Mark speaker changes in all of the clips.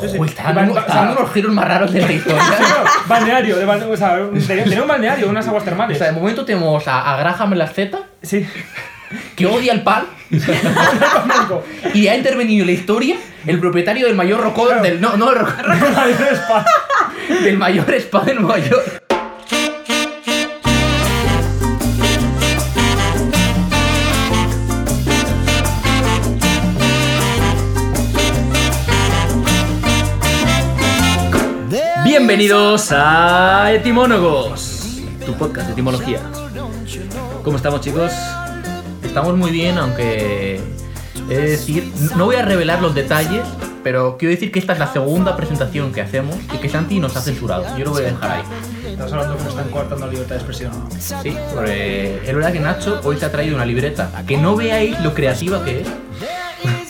Speaker 1: Sí, sí.
Speaker 2: Uy, está
Speaker 1: Y
Speaker 2: dando,
Speaker 1: balne-
Speaker 2: está dando
Speaker 1: o sea,
Speaker 2: los giros más raros de la historia.
Speaker 1: claro, balneario, de balne- o sea, tenía- tenía un balneario, unas aguas
Speaker 2: O
Speaker 1: termales.
Speaker 2: sea, de momento tenemos a, a Graham en la Z,
Speaker 1: Sí,
Speaker 2: que odia el pan
Speaker 1: México.
Speaker 2: y ha intervenido en la historia el propietario del mayor rocón
Speaker 1: Claro.
Speaker 2: del no no el rocón,
Speaker 1: Balneario de spa.
Speaker 2: del mayor spa de Nueva York.
Speaker 3: Bienvenidos a Etimónogos, tu podcast de etimología. ¿Cómo estamos, chicos?
Speaker 2: Estamos muy bien, aunque es decir, no voy a revelar los detalles, pero quiero decir que esta es la segunda presentación que hacemos y que Santi nos ha censurado. Yo lo voy a dejar ahí.
Speaker 1: Estamos hablando que nos están coartando la libertad de expresión.
Speaker 2: Sí, porque es verdad que Nacho hoy te ha traído una libreta. A que no veáis lo creativa que es.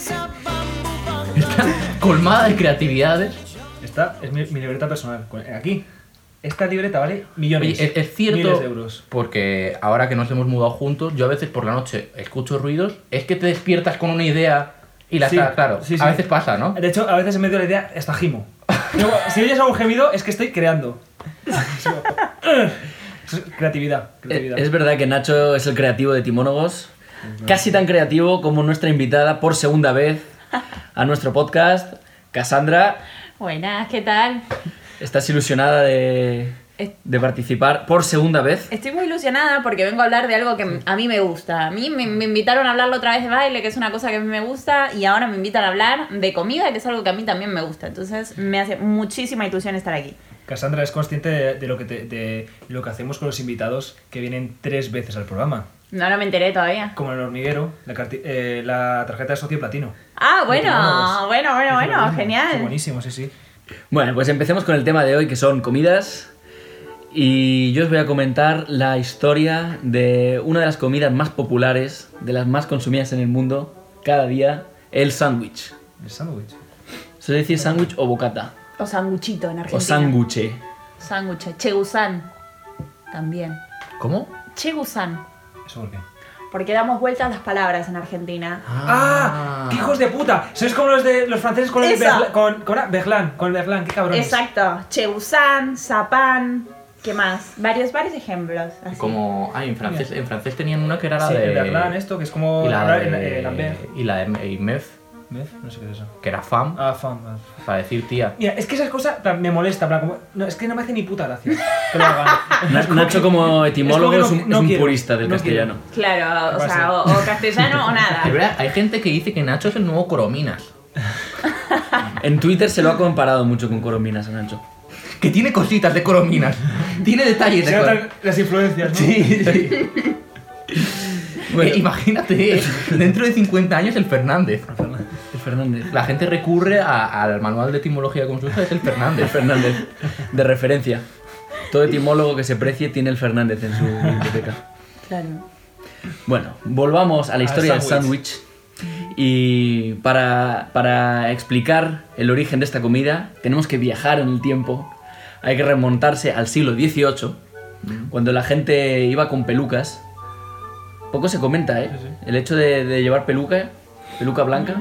Speaker 2: Está colmada de creatividades.
Speaker 1: Esta es mi, mi libreta personal. con- eh, Aquí. Esta libreta vale millones.
Speaker 2: Oye, es, es cierto,
Speaker 1: Miles de euros.
Speaker 2: porque ahora que nos hemos mudado juntos, yo a veces por la noche escucho ruidos. Es que te despiertas con una idea y la
Speaker 1: Sí,
Speaker 2: estás, claro.
Speaker 1: sí, sí.
Speaker 2: A veces pasa, ¿no?
Speaker 1: De hecho, a veces en medio de la idea hasta gimo. Luego, si oyes algún gemido, es que estoy creando. Eso es creatividad,
Speaker 3: Eh,
Speaker 1: creatividad.
Speaker 3: Es verdad que Nacho es el creativo de Etimónogos, casi tan creativo como nuestra invitada por segunda vez a nuestro podcast, Cassandra.
Speaker 4: Buenas, ¿qué tal?
Speaker 3: ¿Estás ilusionada de,
Speaker 4: Est-
Speaker 3: de participar por segunda vez?
Speaker 4: Estoy muy ilusionada porque vengo a hablar de algo que a mí me gusta. A mí me, me invitaron a hablarlo otra vez de baile, que es una cosa que a mí me gusta, y ahora me invitan a hablar de comida, que es algo que a mí también me gusta. Entonces me hace muchísima ilusión estar aquí.
Speaker 1: Cassandra es consciente de, de lo que te- de lo que hacemos con los invitados que vienen tres veces al programa.
Speaker 4: No, no me enteré todavía.
Speaker 1: Como el hormiguero, la, carti- eh, la tarjeta de socio platino.
Speaker 4: Ah, bueno,
Speaker 1: Etimólogos.
Speaker 4: bueno, bueno,
Speaker 1: Es lo
Speaker 4: bueno,
Speaker 1: mismo, es
Speaker 4: genial.
Speaker 1: Buenísimo, sí, sí.
Speaker 3: Bueno, pues empecemos con el tema de hoy, que son comidas. Y yo os voy a comentar la historia de una de las comidas más populares, de las más consumidas en el mundo, cada día, el sándwich.
Speaker 1: El sándwich.
Speaker 3: Se le dice sándwich o bocata,
Speaker 4: O sanguchito en Argentina.
Speaker 3: o sándwiche.
Speaker 4: Sanguche. Chegusan. También.
Speaker 2: ¿Cómo?
Speaker 4: Chegusan.
Speaker 1: ¿Eso por qué?
Speaker 4: Porque damos vueltas las palabras en Argentina.
Speaker 1: ¡Ah! ¡Qué hijos de puta! Sois como los de los franceses con el
Speaker 4: Esa.
Speaker 1: Berla- con, con, ah, Berlán, con el Berlán, qué cabrones.
Speaker 4: Exacto. Cheusán, Zapán, ¿qué más? Varios, varios ejemplos. así.
Speaker 2: Como. Ah, en francés, en francés tenían una que era la
Speaker 1: Sí,
Speaker 2: de.
Speaker 1: el Berlán, esto, que es como.
Speaker 2: y la
Speaker 1: hablar en-
Speaker 2: de.
Speaker 1: en Lambert.
Speaker 2: y la de y Mef,
Speaker 1: Mef, No sé qué es eso.
Speaker 2: que era fam,
Speaker 1: Ah, fam.
Speaker 2: para decir tía.
Speaker 1: Mira, es que esas cosas tan- me molestan. en plan, como- no, es que no me hace ni puta gracia que lo hagan.
Speaker 3: Na- Nacho como etimólogo
Speaker 1: es
Speaker 3: es,
Speaker 1: como que
Speaker 3: un,
Speaker 1: no-
Speaker 3: es
Speaker 1: no
Speaker 3: un
Speaker 1: quiero,
Speaker 3: purista del
Speaker 1: no quiero.
Speaker 3: castellano.
Speaker 4: Claro, o
Speaker 1: Pasa.
Speaker 4: sea, o, o castellano o
Speaker 2: Es
Speaker 4: nada.
Speaker 2: verdad, hay gente que dice que Nacho es el nuevo Corominas.
Speaker 3: En Twitter se lo ha comparado mucho con Corominas a Nacho.
Speaker 2: Que tiene cositas de Corominas. tiene detalles
Speaker 1: Se
Speaker 2: de
Speaker 1: notan las influencias, ¿no?
Speaker 2: Sí, sí. Eh, imagínate, eh, dentro de 50 años el Fernández.
Speaker 3: El Fernández.
Speaker 2: La gente recurre a- al manual de etimología consulta, es el
Speaker 3: El
Speaker 2: Fernández.
Speaker 3: Fernández. De referencia. Todo etimólogo que se precie tiene el Fernández en su biblioteca.
Speaker 4: Claro.
Speaker 3: Bueno, volvamos a la
Speaker 1: Al
Speaker 3: historia del
Speaker 1: sándwich.
Speaker 3: sándwich. Y para, para explicar el origen de esta comida, tenemos que viajar en el tiempo. Hay que remontarse al siglo XVIII, cuando la gente iba con pelucas. Poco se comenta, ¿eh?
Speaker 1: Sí, sí.
Speaker 3: El hecho de, de llevar peluca, peluca blanca.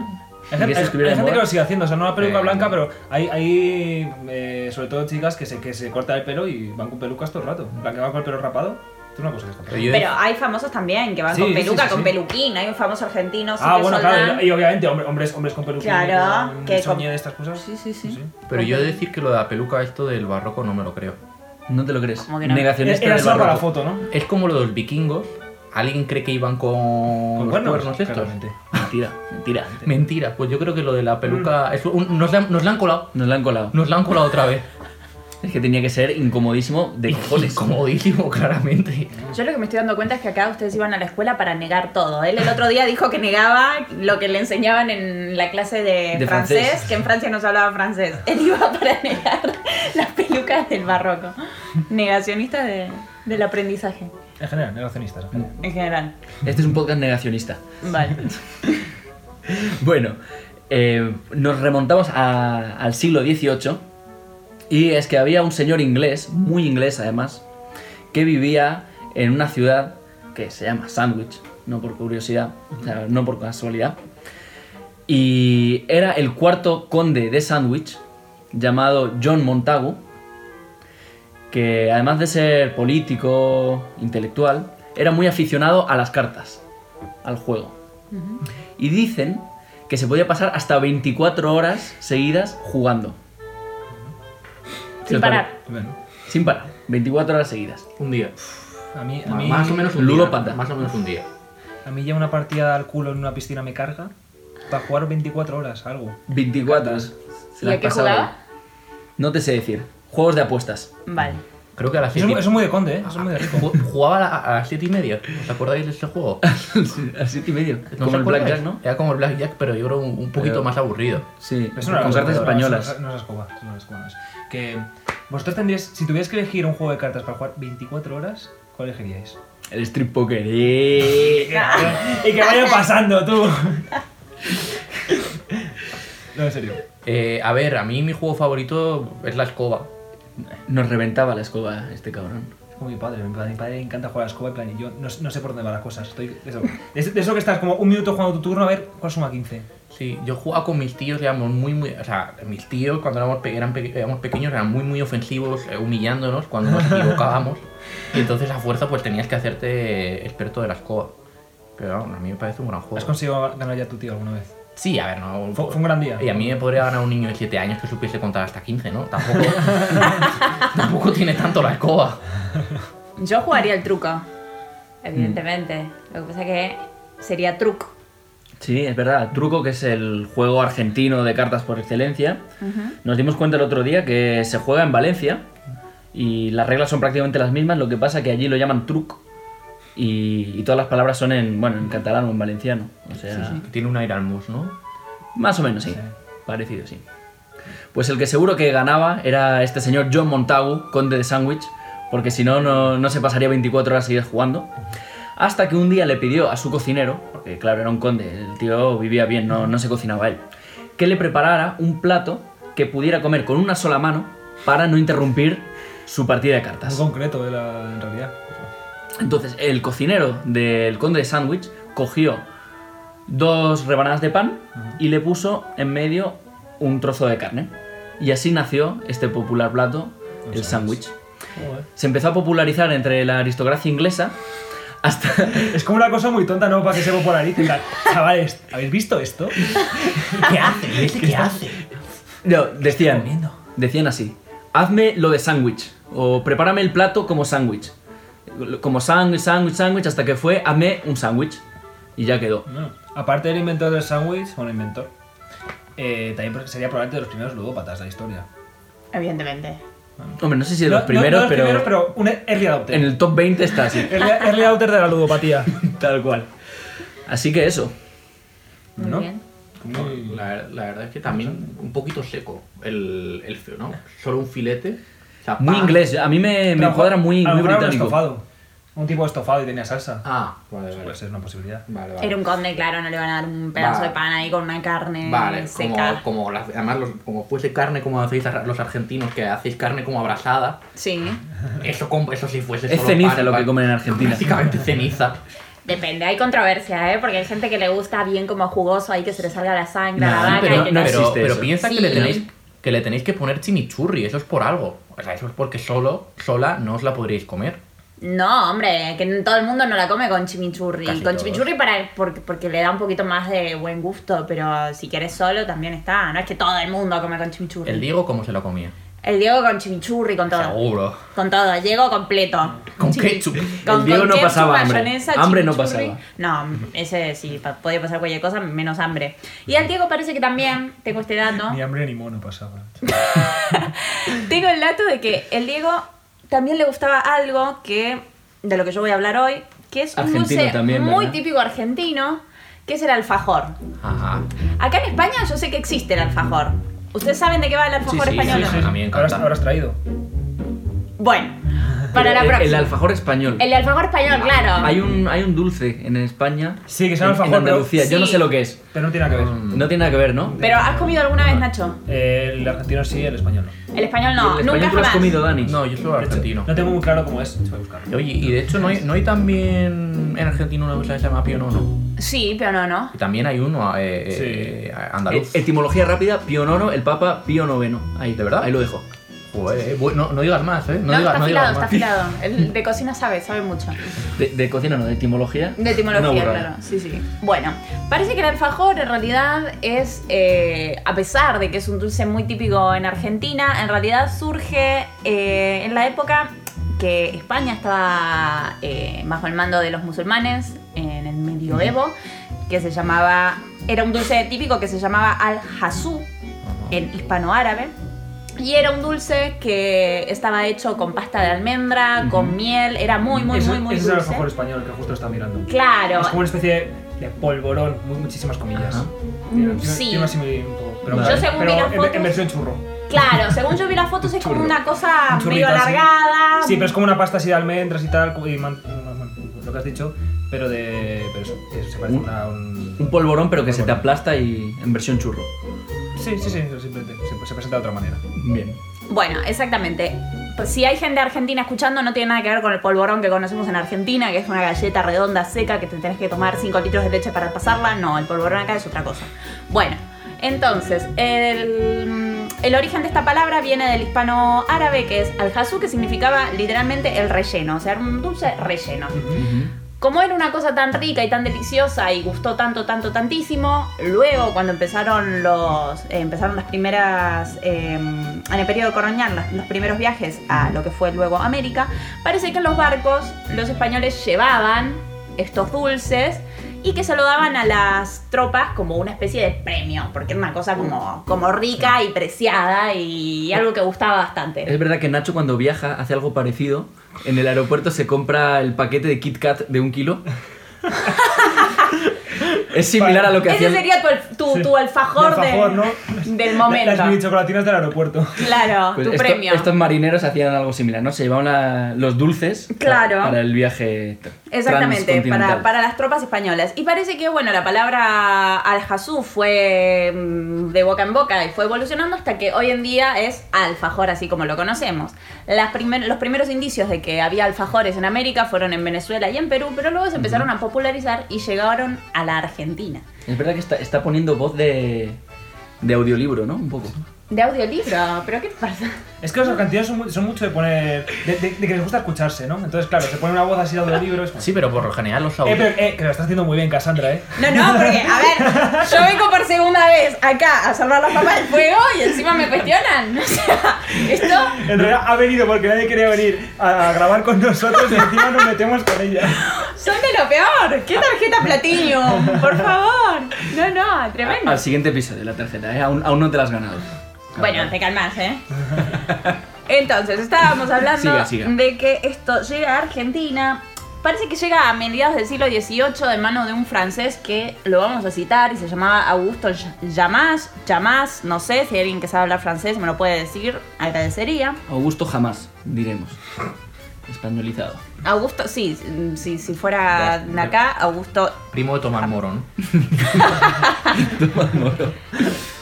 Speaker 1: Hay
Speaker 3: y que
Speaker 1: gente,
Speaker 3: eso
Speaker 1: hay-
Speaker 3: estuviera
Speaker 1: hay
Speaker 3: de
Speaker 1: gente que
Speaker 3: moda.
Speaker 1: lo sigue haciendo, o sea, no la peluca
Speaker 2: Eh,
Speaker 1: blanca, pero hay, hay eh, sobre todo chicas que se, que se cortan el pelo y van con pelucas todo el rato. La que va con el pelo rapado, es una cosa que está
Speaker 2: Pero
Speaker 1: pasando.
Speaker 2: yo
Speaker 4: Pero hay famosos también que van
Speaker 1: Sí,
Speaker 4: con
Speaker 1: sí,
Speaker 4: peluca,
Speaker 1: sí, sí.
Speaker 4: con peluquín. Hay un famoso argentino,
Speaker 1: Ah,
Speaker 4: Silvio
Speaker 1: bueno,
Speaker 4: Soldán.
Speaker 1: claro, y, y obviamente hombre- hombres, hombres con peluca
Speaker 4: Claro,
Speaker 1: con
Speaker 4: que
Speaker 1: soñé
Speaker 4: con-
Speaker 1: de estas cosas.
Speaker 4: Sí, sí, sí.
Speaker 2: Pero yo he de decir que lo de la peluca, esto del barroco, no me lo creo.
Speaker 3: No te lo crees.
Speaker 4: ¿Cómo que no?
Speaker 1: Era,
Speaker 3: Negacionista
Speaker 1: era
Speaker 3: del
Speaker 1: solo para la
Speaker 3: barroco.
Speaker 1: foto, ¿no? Pues
Speaker 2: Es como lo de los vikingos. ¿Alguien cree que iban con, los cuernos estos?
Speaker 1: claramente.
Speaker 3: Mentira, mentira.
Speaker 2: Mentira, pues yo creo que lo de la peluca. es un- nos, la, han- nos la han colado.
Speaker 3: Nos la han colado.
Speaker 2: Nos la han colado otra vez.
Speaker 3: Es que tenía que ser incomodísimo de cojones.
Speaker 2: Incomodísimo, claramente.
Speaker 4: Yo lo que me estoy dando cuenta es que acá ustedes iban a la escuela para negar todo. Él el otro día dijo que negaba lo que le enseñaban en la clase de,
Speaker 3: De
Speaker 4: francés,
Speaker 3: francés.
Speaker 4: que en Francia no se hablaba francés. Él iba para negar las pelucas del barroco. Negacionista de- del aprendizaje,
Speaker 1: En general, negacionistas. en general.
Speaker 4: en general.
Speaker 3: Este es un podcast negacionista.
Speaker 4: Vale.
Speaker 3: Bueno, eh, nos remontamos a- al siglo XVIII y es que había un señor inglés, muy inglés además, que vivía en una ciudad que se llama Sandwich, no por curiosidad, o sea, no por casualidad, y era el cuarto conde de Sandwich llamado John Montagu, que además de ser político, intelectual, era muy aficionado a las cartas, al juego. Y dicen que se podía pasar hasta 24 horas seguidas jugando.
Speaker 4: Sin
Speaker 3: ¿Qué os
Speaker 4: parar.
Speaker 3: pare-
Speaker 1: Bueno,
Speaker 3: Sin parar. 24 horas seguidas.
Speaker 2: Un día.
Speaker 1: a mí, a
Speaker 2: Ma-
Speaker 1: mí,
Speaker 2: Más o menos un día.
Speaker 3: Ludópata.
Speaker 2: Más o menos un día.
Speaker 1: a mí ya una partida al culo en una piscina me carga. Para jugar 24 horas, algo.
Speaker 3: 24 horas.
Speaker 4: ¿Y a qué jugaba?
Speaker 3: No te sé decir. Juegos de apuestas.
Speaker 4: Vale.
Speaker 2: Creo que a las
Speaker 1: Eso,
Speaker 2: 7
Speaker 1: eso es muy de conde, ¿eh? Eso es muy de rico.
Speaker 2: Jugaba a la- a las 7 y media. ¿Os acordáis de ese juego?
Speaker 3: A 7 y medio.
Speaker 2: ¿No os
Speaker 3: Como el
Speaker 2: acordáis?
Speaker 3: Blackjack, ¿no?
Speaker 2: Era como el Blackjack, pero yo creo un, un poquito
Speaker 3: Pero-
Speaker 2: más aburrido.
Speaker 3: Sí,
Speaker 1: Pero eso no era
Speaker 3: con
Speaker 1: las
Speaker 3: cartas
Speaker 1: escobas,
Speaker 3: españolas.
Speaker 1: No, no, no las escobas, no las escobas. Que vosotros tendríais, si tuvierais que elegir un juego de cartas para jugar 24 horas, ¿cuál elegiríais?
Speaker 3: El strip poker. eh.
Speaker 1: y que vaya pasando, tú. no, en serio.
Speaker 2: Eh, a ver, a mí mi juego favorito es la escoba.
Speaker 3: Nos reventaba la escoba este cabrón.
Speaker 1: Es como mi padre, mi padre, mi padre le encanta jugar a la escoba en plan, y yo no, no sé por dónde van las cosas. Estoy de, eso, de- de eso que estás como un minuto jugando tu turno a ver cuál suma 15.
Speaker 2: Sí, yo jugaba con mis tíos, éramos muy, muy. O sea, mis tíos cuando éramos, pe- eran pe- éramos pequeños eran muy, muy ofensivos, eh, humillándonos cuando nos equivocábamos. y entonces a fuerza, pues tenías que hacerte experto de la escoba. Pero vamos, a mí me parece un gran
Speaker 1: ¿Has
Speaker 2: juego.
Speaker 1: conseguido ganar ya a tu tío alguna vez?
Speaker 2: Sí, a ver, no.
Speaker 1: Fue, fue un gran día.
Speaker 2: Y a mí me podría ganar un niño de 7 años que supiese contar hasta 15, ¿no? Tampoco, tampoco tiene tanto la escoba.
Speaker 4: Yo jugaría el truco, evidentemente.
Speaker 2: Mm.
Speaker 4: Lo que pasa que sería truco.
Speaker 3: Sí, es verdad. Truco, que es el juego argentino de cartas por excelencia. Nos dimos cuenta el otro día que se juega en Valencia y las reglas son prácticamente las mismas, lo que pasa que allí lo llaman truc y, y todas las palabras son en, bueno, en catalán o en valenciano. O sea,
Speaker 2: Tiene un aire al mus, ¿no?
Speaker 3: Más o menos, sí. Parecido, sí. Pues el que seguro que ganaba era este señor John Montagu, conde de Sandwich, porque si no, no, no se pasaría 24 horas seguidas jugando. Hasta que un día le pidió a su cocinero, porque claro, era un conde, el tío vivía bien, no, no se cocinaba él, que le preparara un plato que pudiera comer con una sola mano para no interrumpir su partida de
Speaker 1: Muy
Speaker 3: cartas.
Speaker 1: concreto, eh, la- en realidad.
Speaker 3: Entonces, el cocinero del conde de Sandwich cogió dos rebanadas de pan y le puso en medio un trozo de carne. Y así nació este popular plato, el sándwich. Se empezó a popularizar entre la aristocracia inglesa hasta...
Speaker 1: Es como una cosa muy tonta, ¿no? Para que se popularice. en plan, Chavales, ¿habéis visto esto?
Speaker 2: ¿Qué hace? ¿Este qué hace?
Speaker 3: No, decían, decían así, hazme lo de sándwich o prepárame el plato como sándwich. Como sándwich, sándwich, sándwich, hasta que fue, hazme un sándwich. Y ya quedó.
Speaker 1: No. Aparte del inventor del sándwich, bueno, inventor, eh, también pro- sería probablemente de los primeros ludópatas de la historia.
Speaker 4: Evidentemente.
Speaker 3: Hombre, no sé si de
Speaker 1: No-
Speaker 3: los
Speaker 1: no-
Speaker 3: primeros,
Speaker 1: no de los
Speaker 3: pero...
Speaker 1: primeros, pero un early adopter.
Speaker 3: En el top 20 está así.
Speaker 1: Early, early adopter de la ludopatía.
Speaker 3: Tal cual. Así que eso.
Speaker 4: Muy
Speaker 1: ¿No?
Speaker 4: bien.
Speaker 1: Muy-
Speaker 2: La, la verdad es que también un poquito seco el, el feo, ¿no? Solo un filete. o sea,
Speaker 3: Muy
Speaker 2: pan.
Speaker 3: inglés. A mí me, me encuadra muy,
Speaker 1: A lo
Speaker 3: muy
Speaker 1: mejor era un
Speaker 3: británico.
Speaker 1: estofado. Un tipo de estofado y tenía salsa.
Speaker 2: Ah, vale, vale.
Speaker 1: Puede ser una posibilidad.
Speaker 2: Vale, vale.
Speaker 4: Era un conde, claro, no le van a dar un pedazo
Speaker 2: Vale.
Speaker 4: de pan ahí con una carne
Speaker 2: Vale,
Speaker 4: seca.
Speaker 2: como, como las- además los- como fuese carne como hacéis ar- los argentinos, que hacéis carne como abrasada,
Speaker 4: Sí,
Speaker 2: eso, com- eso sí fuese
Speaker 3: Es
Speaker 2: solo
Speaker 3: ceniza
Speaker 2: pan,
Speaker 3: lo que
Speaker 2: pan.
Speaker 3: comen en Argentina.
Speaker 2: Básicamente ceniza.
Speaker 4: depende, hay controversia, ¿eh? Porque hay gente que le gusta bien como jugoso ahí que se le salga la sangre a
Speaker 3: No,
Speaker 4: la vaca
Speaker 3: pero
Speaker 4: y que
Speaker 3: no
Speaker 4: tal.
Speaker 2: pero,
Speaker 3: existe
Speaker 2: pero
Speaker 3: eso.
Speaker 2: piensa
Speaker 4: Sí.
Speaker 2: que le tenéis que le tenéis que poner chimichurri, eso es por algo. O sea, eso es porque solo, sola no os la podríais comer.
Speaker 4: No, hombre, que todo el mundo no la come con chimichurri.
Speaker 2: Casi
Speaker 4: con
Speaker 2: todos.
Speaker 4: chimichurri para, porque, porque le da un poquito más de buen gusto, pero si quieres solo también está. No es que todo el mundo come con chimichurri.
Speaker 2: El Diego cómo se lo comía.
Speaker 4: El Diego con chimichurri, con todo.
Speaker 2: Seguro.
Speaker 4: Con todo, llego completo.
Speaker 2: Con
Speaker 4: Chimi-
Speaker 2: ketchup.
Speaker 4: Con,
Speaker 3: El Diego
Speaker 4: con
Speaker 3: no
Speaker 4: ketchup,
Speaker 3: pasaba hambre.
Speaker 4: mayonesa,
Speaker 3: Hambre no
Speaker 4: chimichurri. No, ese sí, pa- podía pasar cualquier cosa, menos hambre. Y al Diego parece que también, tengo este dato,
Speaker 3: Ah.
Speaker 1: Ni hambre ni mono pasaba.
Speaker 4: tengo el dato de que el Diego también le gustaba algo que, de lo que yo voy a hablar hoy, que es un
Speaker 3: Argentino
Speaker 4: dulce
Speaker 3: también,
Speaker 4: muy
Speaker 3: ¿verdad?
Speaker 4: típico argentino, que es el alfajor.
Speaker 2: Ajá.
Speaker 4: Acá en España yo sé que existe el alfajor. ¿Ustedes saben de qué va el alfajor
Speaker 2: sí,
Speaker 4: español?
Speaker 2: sí,
Speaker 4: o no?
Speaker 2: sí. A mí me encanta.
Speaker 1: Ahora has traído.
Speaker 4: Bueno, Para la
Speaker 3: el,
Speaker 4: próxima.
Speaker 3: el alfajor español.
Speaker 4: El alfajor español, claro.
Speaker 3: Hay, un, hay un dulce en España.
Speaker 1: Sí, que es
Speaker 3: en-
Speaker 1: un alfajor,
Speaker 3: En Andalucía, Mm.
Speaker 1: pero,
Speaker 3: yo no
Speaker 4: Sí.
Speaker 3: sé lo que es.
Speaker 1: pero no tiene nada que ver.
Speaker 3: No tiene nada que ver, ¿no?
Speaker 4: Pero ¿has comido alguna vez, Nacho?
Speaker 1: Eh, el argentino sí, el español no.
Speaker 4: El español no,
Speaker 3: ¿El español
Speaker 4: nunca
Speaker 3: tú lo has
Speaker 4: jamás.
Speaker 3: comido, Dani? E,
Speaker 2: No, yo soy
Speaker 1: De hecho,
Speaker 2: argentino.
Speaker 1: No tengo muy claro cómo es. Voy a buscarlo.
Speaker 2: Oye, y de hecho, ¿no hay, no hay también en Argentina una cosa que se llama pionono?
Speaker 4: Sí, pero no, no.
Speaker 2: Y también hay uno eh,
Speaker 1: Sí.
Speaker 2: eh, eh,
Speaker 3: Eh,
Speaker 2: andaluz.
Speaker 3: Etimología rápida, Pío IX, el Papa Pío IX. Ahí,
Speaker 2: ¿De verdad?
Speaker 3: Ahí lo dejo.
Speaker 2: Joder, eh, bueno, no, no digas más, ¿eh? No,
Speaker 4: No,
Speaker 2: digas,
Speaker 4: está
Speaker 2: no
Speaker 4: afilado,
Speaker 2: digas
Speaker 4: está
Speaker 2: más.
Speaker 4: afilado. El de cocina sabe, sabe mucho.
Speaker 3: De, de cocina no, de etimología.
Speaker 4: De
Speaker 3: Una
Speaker 4: etimología,
Speaker 3: burrada.
Speaker 4: claro. Sí, sí. Bueno, parece que el alfajor en realidad es, eh, a pesar de que es un dulce muy típico en Argentina, en realidad surge eh, en la época que España estaba eh, bajo el mando de los musulmanes en el medioevo, que se llamaba, era un dulce típico que se llamaba al-hasú en hispanoárabe. Y era un dulce que estaba hecho con pasta de almendra, con miel, era muy, muy,
Speaker 1: Ese-
Speaker 4: muy, muy
Speaker 1: ese es el
Speaker 4: dulce.
Speaker 1: alfajor español que justo está mirando.
Speaker 4: Claro,
Speaker 1: Es como una especie de, de polvorón, muy, muchísimas comillas.
Speaker 3: Ajá.
Speaker 1: Tiene-
Speaker 4: Mm,
Speaker 1: tiene-
Speaker 4: sí.
Speaker 1: tiene así muy- un poco, pero,
Speaker 2: Yo
Speaker 1: pero
Speaker 4: según vi las
Speaker 1: en- en,
Speaker 4: fotos-
Speaker 1: versión churro.
Speaker 4: claro, según yo vi las fotos es como
Speaker 3: Churro.
Speaker 4: una cosa
Speaker 1: Un churrito
Speaker 4: medio
Speaker 1: así.
Speaker 4: alargada.
Speaker 1: Sí, pero es como una pasta así de almendras y tal, como- y man- man- man- lo que has dicho, pero de. Pero eso, eso se parece
Speaker 3: Un-
Speaker 1: a un.
Speaker 3: Un polvorón, pero que se te
Speaker 1: Polvorón.
Speaker 3: aplasta y en versión churro.
Speaker 1: Sí, sí, sí, eso simplemente. Se, se presenta de otra manera.
Speaker 4: Mm.
Speaker 3: Bien.
Speaker 4: Bueno, exactamente. Pues si hay gente argentina escuchando, no tiene nada que ver con el polvorón que conocemos en Argentina, que es una galleta redonda seca que te tenés que tomar 5 litros de leche para pasarla. No, el polvorón acá es otra cosa. Bueno, entonces, el, mm, el origen de esta palabra viene del hispano árabe, que es al-hasú, que significaba literalmente el relleno, o sea, era un dulce relleno. Como era una cosa tan rica y tan deliciosa y gustó tanto, tanto, tantísimo, luego cuando empezaron los eh, empezaron las primeras eh, en el periodo colonial las- los primeros viajes a lo que fue luego América, parece que en los barcos los españoles llevaban estos dulces y que se lo daban a las tropas como una especie de premio, porque era una cosa como, como rica y preciada y algo que gustaba bastante.
Speaker 3: Es verdad que Nacho cuando viaja hace algo parecido. En el aeropuerto se compra el paquete de Kit Kat de un kilo. es similar a lo que
Speaker 4: Ese
Speaker 3: hacían.
Speaker 4: sería tu, alf- tu-
Speaker 1: Sí.
Speaker 4: tu alfajor,
Speaker 1: De alfajor,
Speaker 4: de-
Speaker 1: ¿no?
Speaker 4: del momento.
Speaker 1: Las mini chocolatinas del aeropuerto.
Speaker 4: Claro,
Speaker 3: Pues
Speaker 4: tu
Speaker 3: esto-
Speaker 4: premio.
Speaker 3: Estos marineros hacían algo similar, ¿no? Se llevaban la- los dulces pa-
Speaker 4: Claro.
Speaker 3: para el viaje. tr-
Speaker 4: Exactamente, para,
Speaker 3: transcontinental.
Speaker 4: para las tropas españolas. Y parece que, bueno, la palabra al-hasú fue mm, de boca en boca y fue evolucionando hasta que hoy en día es alfajor, así como lo conocemos. Las primer- los primeros indicios de que había alfajores en América fueron en Venezuela y en Perú, pero luego se empezaron a popularizar y llegaron a la Argentina.
Speaker 3: Es verdad que está, está poniendo voz de, de audiolibro, ¿no? Un poco.
Speaker 4: De audiolibro, ¿pero qué te pasa?
Speaker 1: Es que los argentinos son, mu- son mucho de poner. De, de- de que les gusta escucharse, ¿no? Entonces, claro, se pone una voz así de audiolibro. Es como,
Speaker 2: Sí, pero por lo general los
Speaker 1: Eh,
Speaker 2: audios.
Speaker 1: pero, eh, que lo estás haciendo muy bien, Cassandra, ¿eh?
Speaker 4: No, no, porque, a ver, yo vengo por segunda vez acá a salvar la papa del fuego y encima me cuestionan. O sea, esto...
Speaker 1: En realidad ha venido porque nadie quería venir a, a grabar con nosotros y encima nos metemos con ella.
Speaker 4: Son de lo peor. ¿Qué tarjeta Platinum? Por favor. No, no, tremendo.
Speaker 3: Al siguiente episodio, la tarjeta, ¿eh? Aún, aún no te la has ganado.
Speaker 4: Bueno, te calmas, ¿eh? Entonces, estábamos hablando
Speaker 3: Siga, siga.
Speaker 4: de que esto llega a Argentina. Parece que llega a mediados del siglo XVIII de mano de un francés que lo vamos a citar y se llamaba Augusto Llamas. Llamas, no sé, si hay alguien que sabe hablar francés me lo puede decir, agradecería.
Speaker 3: Augusto jamás, diremos. Españolizado.
Speaker 4: Augusto, sí, sí, si fuera de acá, Augusto
Speaker 2: Primo de Tomás Morón.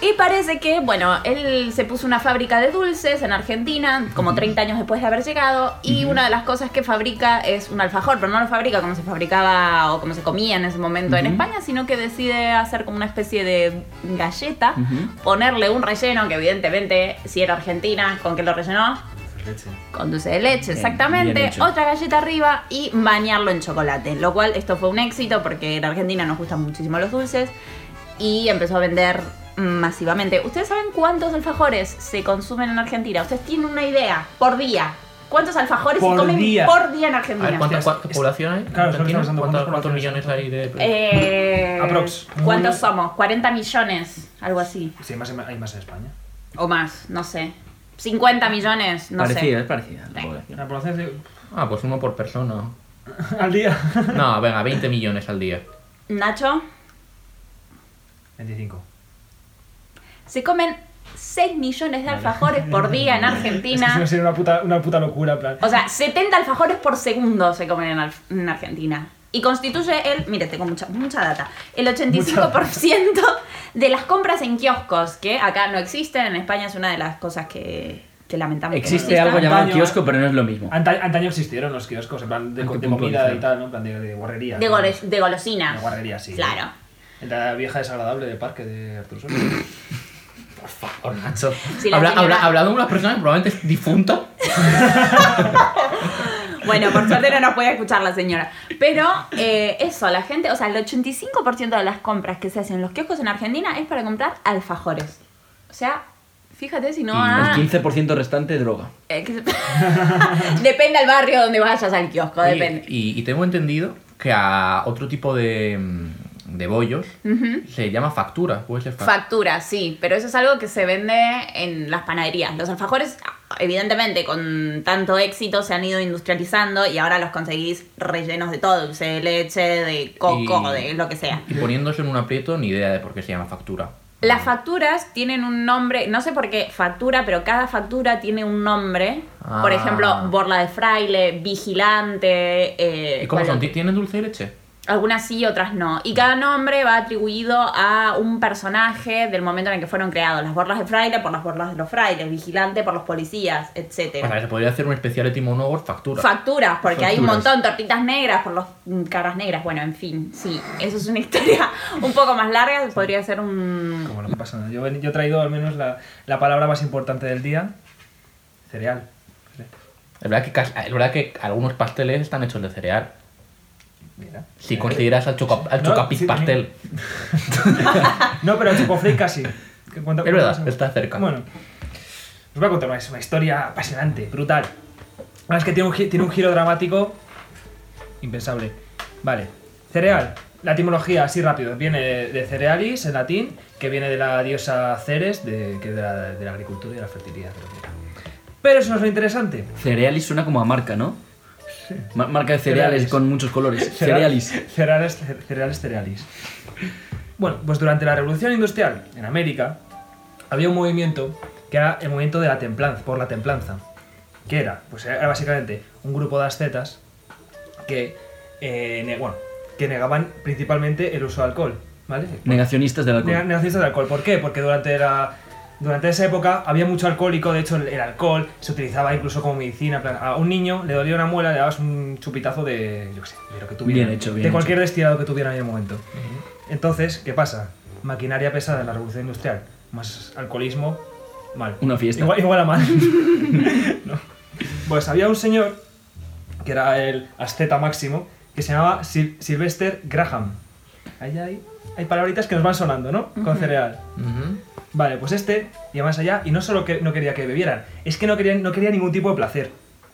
Speaker 4: Y parece que, bueno, él se puso una fábrica de dulces en Argentina, como 30 años después de haber llegado, y una de las cosas que fabrica es un alfajor, pero no lo fabrica como se fabricaba o como se comía en ese momento en
Speaker 3: Ujú.
Speaker 4: España, sino que decide hacer como una especie de galleta,
Speaker 3: Ujú.
Speaker 4: ponerle un relleno, que evidentemente, si era Argentina, ¿con qué lo rellenó? Con dulce de leche,
Speaker 3: Bien,
Speaker 4: exactamente,
Speaker 3: bien hecho.
Speaker 4: otra galleta arriba y bañarlo en chocolate, lo cual esto fue un éxito porque en Argentina nos gustan muchísimo los dulces y empezó a vender masivamente. ¿Ustedes saben cuántos alfajores se consumen en Argentina? ¿Ustedes tienen una idea? Por día. ¿Cuántos alfajores
Speaker 1: Por
Speaker 4: se comen
Speaker 1: día.
Speaker 4: por día en
Speaker 2: A ver,
Speaker 4: Argentina?
Speaker 2: ¿cuánta,
Speaker 1: es-
Speaker 2: cuánta
Speaker 1: es-
Speaker 2: población hay?
Speaker 1: claro, solo
Speaker 2: Argentina?
Speaker 1: estamos dando
Speaker 2: ¿Cuántos,
Speaker 1: cuántas
Speaker 2: cuántos
Speaker 1: poblaciones
Speaker 2: millones hay de.?
Speaker 4: Eh,
Speaker 1: Aprox.
Speaker 4: ¿Cuántos somos? ¿40 millones? Algo así.
Speaker 1: Sí, más en- hay más en España.
Speaker 4: O más, no sé. ¿50 millones? No
Speaker 3: parecida,
Speaker 4: sé.
Speaker 3: es parecida. la
Speaker 4: Venga.
Speaker 3: población.
Speaker 1: La población de-
Speaker 2: Ah, pues uno por persona.
Speaker 1: al día.
Speaker 2: No, venga, 20 millones al día.
Speaker 4: Nacho,
Speaker 1: 25.
Speaker 4: se comen 6 millones de alfajores por día en
Speaker 1: Es
Speaker 4: Argentina.
Speaker 1: que sería una puta, una puta locura, en plan.
Speaker 4: O sea, 70 alfajores por segundo se comen en, Al- en Argentina. Y constituye el, mire, tengo mucha, mucha data, el 85% de las compras en kioscos, que acá no existen, en España es una de las cosas que, que lamentamos. que no
Speaker 3: Existe
Speaker 4: exista.
Speaker 3: algo llamado
Speaker 1: Antaño-
Speaker 2: ¿eh?
Speaker 3: kiosco, pero no es lo mismo.
Speaker 1: Anta- antaño existieron los kioscos, en plan, de,
Speaker 3: ¿En qué
Speaker 1: de
Speaker 3: punto
Speaker 1: comida y
Speaker 3: dice?
Speaker 1: tal, ¿no? En plan, de, de guarrería.
Speaker 4: De,
Speaker 1: ¿no?
Speaker 4: gole- de golosinas.
Speaker 1: De guarrería, sí.
Speaker 4: Claro.
Speaker 1: En la vieja desagradable de parque de Arturo Soria.
Speaker 2: Por Nacho.
Speaker 4: Sí, la
Speaker 2: habla,
Speaker 4: señora-
Speaker 2: habla- hablando de una persona que probablemente es difunta.
Speaker 4: Bueno, por suerte no nos puede escuchar la señora. Pero eh, eso, la gente, o sea, el 85% de las compras que se hacen en los kioscos en Argentina es para comprar alfajores. O sea, fíjate si no...
Speaker 2: Ah.
Speaker 4: ha-
Speaker 3: Y el 15% restante droga.
Speaker 4: Eh, que se- depende al barrio donde vayas al kiosco,
Speaker 2: Oye,
Speaker 4: depende.
Speaker 2: y, y tengo entendido que a otro tipo de, mm, de bollos
Speaker 4: Ujú.
Speaker 2: se llama factura. Puede ser factura.
Speaker 4: Factura, sí, pero eso es algo que se vende en las panaderías. Los alfajores, evidentemente, con tanto éxito se han ido industrializando y ahora los conseguís rellenos de todo, dulce de leche, de coco,
Speaker 2: Y-
Speaker 4: de lo que sea.
Speaker 2: y poniéndose en un aprieto, ni idea de por qué se llama factura.
Speaker 4: Las facturas tienen un nombre, no sé por qué factura, pero cada factura tiene un nombre. Por
Speaker 2: Ah.
Speaker 4: ejemplo, borla de fraile, vigilante. Eh,
Speaker 2: ¿Y cómo
Speaker 4: ¿cuál
Speaker 2: son?
Speaker 4: otro?
Speaker 2: ¿Tienen dulce de leche?
Speaker 4: Algunas sí, otras no. Y cada nombre va atribuido a un personaje del momento en el que fueron creados. Las borlas de fraile por las borlas de los frailes, vigilante por los policías,
Speaker 2: O sea,
Speaker 4: etc.
Speaker 2: se podría hacer un especial etimólogo factura.
Speaker 4: Facturas, porque hay un
Speaker 2: Facturas.
Speaker 4: montón, tortitas negras por los mm, caras negras, bueno, en fin, sí, eso es una historia un poco más larga, podría ser un...
Speaker 1: Como lo que pasa. Yo, he- yo he traído al menos la, la palabra más importante del día: cereal.
Speaker 2: es, verdad que casi- es verdad que algunos pasteles están hechos de cereal.
Speaker 1: Mira.
Speaker 2: Si consideras al, choca, al
Speaker 1: No,
Speaker 2: chocapic
Speaker 1: sí,
Speaker 2: pastel.
Speaker 1: No, pero el Chocoflake casi. ¿Qué cuenta-
Speaker 2: Es verdad,
Speaker 1: cuenta-
Speaker 2: está cerca.
Speaker 1: Bueno, os voy a contar una, es una historia apasionante, brutal. Ah, Es que tiene un, gi- tiene un giro dramático impensable. Vale, cereal. La etimología, así rápido, viene de cerealis en latín, que viene de la diosa Ceres, de, que es de la, de la agricultura y de la fertilidad. creo que era. Pero eso no es lo interesante.
Speaker 3: Cerealis suena como a marca, ¿no? Ma- marca de cereales
Speaker 1: Cerealis.
Speaker 3: con muchos colores. Cerealis.
Speaker 1: Cereales, cereales, cerealis. Bueno, pues durante la Revolución Industrial en América había un movimiento que era el movimiento de la templanza, por la templanza, que era, pues era básicamente un grupo de ascetas que, eh, ne- bueno, que negaban principalmente el uso de alcohol, ¿vale?
Speaker 3: Negacionistas del
Speaker 1: Ne-
Speaker 3: alcohol.
Speaker 1: negacionistas del alcohol. ¿Por qué? Porque durante la. Durante esa época había mucho alcohólico, de hecho el, el alcohol se utilizaba incluso como medicina. en plan, a un niño le dolía una muela, le dabas un chupitazo de, yo qué sé, de lo que tuviera.
Speaker 3: Bien hecho, bien
Speaker 1: De cualquier destilado que tuviera en el momento. Entonces, ¿qué pasa? Maquinaria pesada en la revolución industrial, más alcoholismo, mal.
Speaker 3: Una fiesta.
Speaker 1: Igual, igual a mal. No. Pues había un señor, que era el asceta máximo, que se llamaba Sil- Sylvester Graham. Ahí hay, hay palabritas que nos van sonando, ¿no? Con cereal.
Speaker 2: Ujú.
Speaker 1: Vale, pues este iba más allá y no solo que no quería que bebieran, es que no quería, no quería ningún tipo de placer.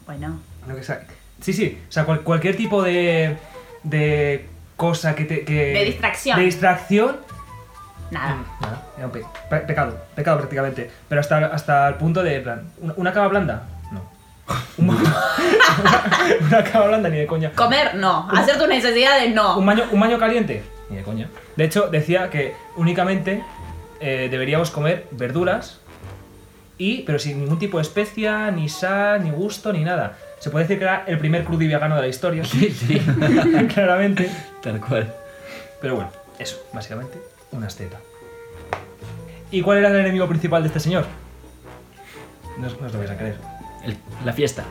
Speaker 4: Bueno,
Speaker 1: Lo que sea- Sí, sí, o sea, cual- cualquier tipo de, de cosa que te... que-
Speaker 4: De distracción. Ah.
Speaker 1: De distracción mm,
Speaker 4: nada.
Speaker 1: Nada, era un pe- pe- pecado, pecado prácticamente. Pero hasta, hasta el punto de, en plan, ¿una, una cama blanda? No. Un ba- una, cama blanda, ni de coña.
Speaker 4: Comer, no. Hacer tus necesidades,
Speaker 1: ¿Un
Speaker 4: no.
Speaker 1: baño, un baño caliente? Ni de coña. De hecho, decía que únicamente eh, deberíamos comer verduras, y, pero sin ningún tipo de especia, ni sal, ni gusto, ni nada. Se puede decir que era el primer crudiviagano de la historia,
Speaker 3: Sí, sí.
Speaker 1: claramente.
Speaker 3: Tal cual.
Speaker 1: Pero bueno, eso, básicamente, una asceta. ¿Y cuál era el enemigo principal de este señor? No, os- no os lo vais a creer.
Speaker 3: El- la fiesta.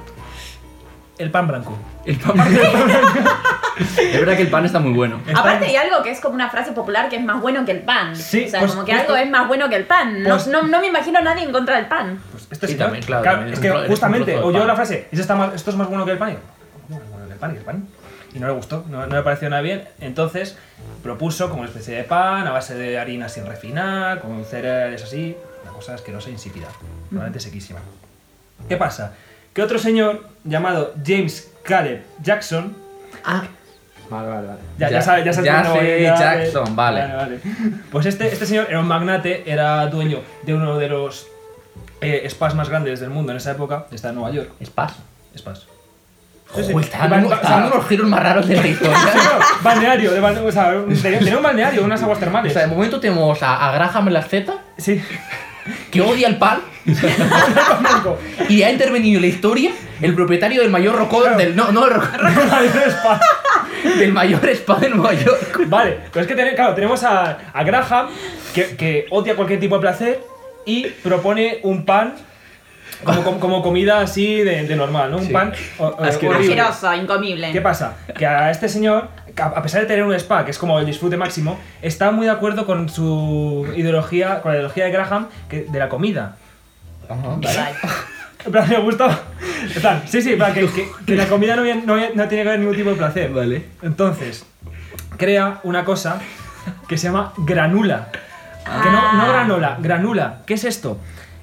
Speaker 1: El pan blanco.
Speaker 3: El pan. es verdad que el pan está muy bueno.
Speaker 1: El
Speaker 4: Aparte
Speaker 1: pan-
Speaker 4: hay algo que es como una frase popular que es más bueno que el pan.
Speaker 1: Sí,
Speaker 4: o sea,
Speaker 1: pues
Speaker 4: como que
Speaker 1: justo-
Speaker 4: algo es más bueno que el pan. No,
Speaker 1: pues-
Speaker 4: no, no me imagino a nadie en contra del pan.
Speaker 1: Pues este
Speaker 2: Sí,
Speaker 1: señor.
Speaker 2: también, claro, también
Speaker 1: es
Speaker 2: es
Speaker 1: que
Speaker 2: un tro- eres un
Speaker 1: justamente
Speaker 2: trozo de
Speaker 1: oyó
Speaker 2: pan.
Speaker 1: la frase, "Eso está más- esto es más bueno que el pan. Y yo, ¿cómo es bueno que el pan? ¿Y el pan? Y no le gustó, no, no le pareció nada bien. Entonces propuso como una especie de pan a base de harina sin refinar, con cereales así, una cosa asquerosa e insípida, realmente sequísima. ¿Qué pasa? Que otro señor llamado James Caleb Jackson
Speaker 2: Vale, vale, vale.
Speaker 1: Ya, ya, sabe- ya sabes
Speaker 2: Ya
Speaker 1: cómo
Speaker 2: sé,
Speaker 1: era,
Speaker 2: Jackson, vale.
Speaker 1: eh. Pues este, este señor era un magnate, era dueño de uno de los eh, spas más grandes del mundo en esa época. Está en Nueva York.
Speaker 2: Es paz.
Speaker 1: Spas. Sí, sí.
Speaker 2: Uy, está
Speaker 1: Ban-
Speaker 2: dando está dando unos giros más raros de la historia.
Speaker 1: Claro, balneario, de balne- o sea, tenía tenía un balneario, unas aguas
Speaker 2: O
Speaker 1: termales.
Speaker 2: sea, de momento tenemos a, a Graham en la Z,
Speaker 1: Sí.
Speaker 2: que odia el pan y ha intervenido en la historia el propietario del mayor rocó del no, no rocó- del mayor spa de Nueva York.
Speaker 1: Vale, pero es que tener- claro, tenemos a, a Graham, que, que odia cualquier tipo de placer y propone un pan como, como, como comida así de, de normal, ¿no? Un
Speaker 2: Sí.
Speaker 1: pan o- o-
Speaker 3: Asqueroso.
Speaker 1: horrible.
Speaker 4: Asqueroso, incomible.
Speaker 1: ¿Qué pasa? Que a este señor, que a- a pesar de tener un spa, que es como el disfrute máximo, está muy de acuerdo con su ideología, con la ideología de Graham que, de la comida.
Speaker 2: Mm,
Speaker 1: En plan, me gusta. en plan, sí, sí, en plan, que, que- que la comida no, viene- no viene- no tiene que haber ningún tipo de placer.
Speaker 3: Vale.
Speaker 1: Entonces, crea una cosa que se llama granula. Que no, no granola, granula. ¿Qué es esto?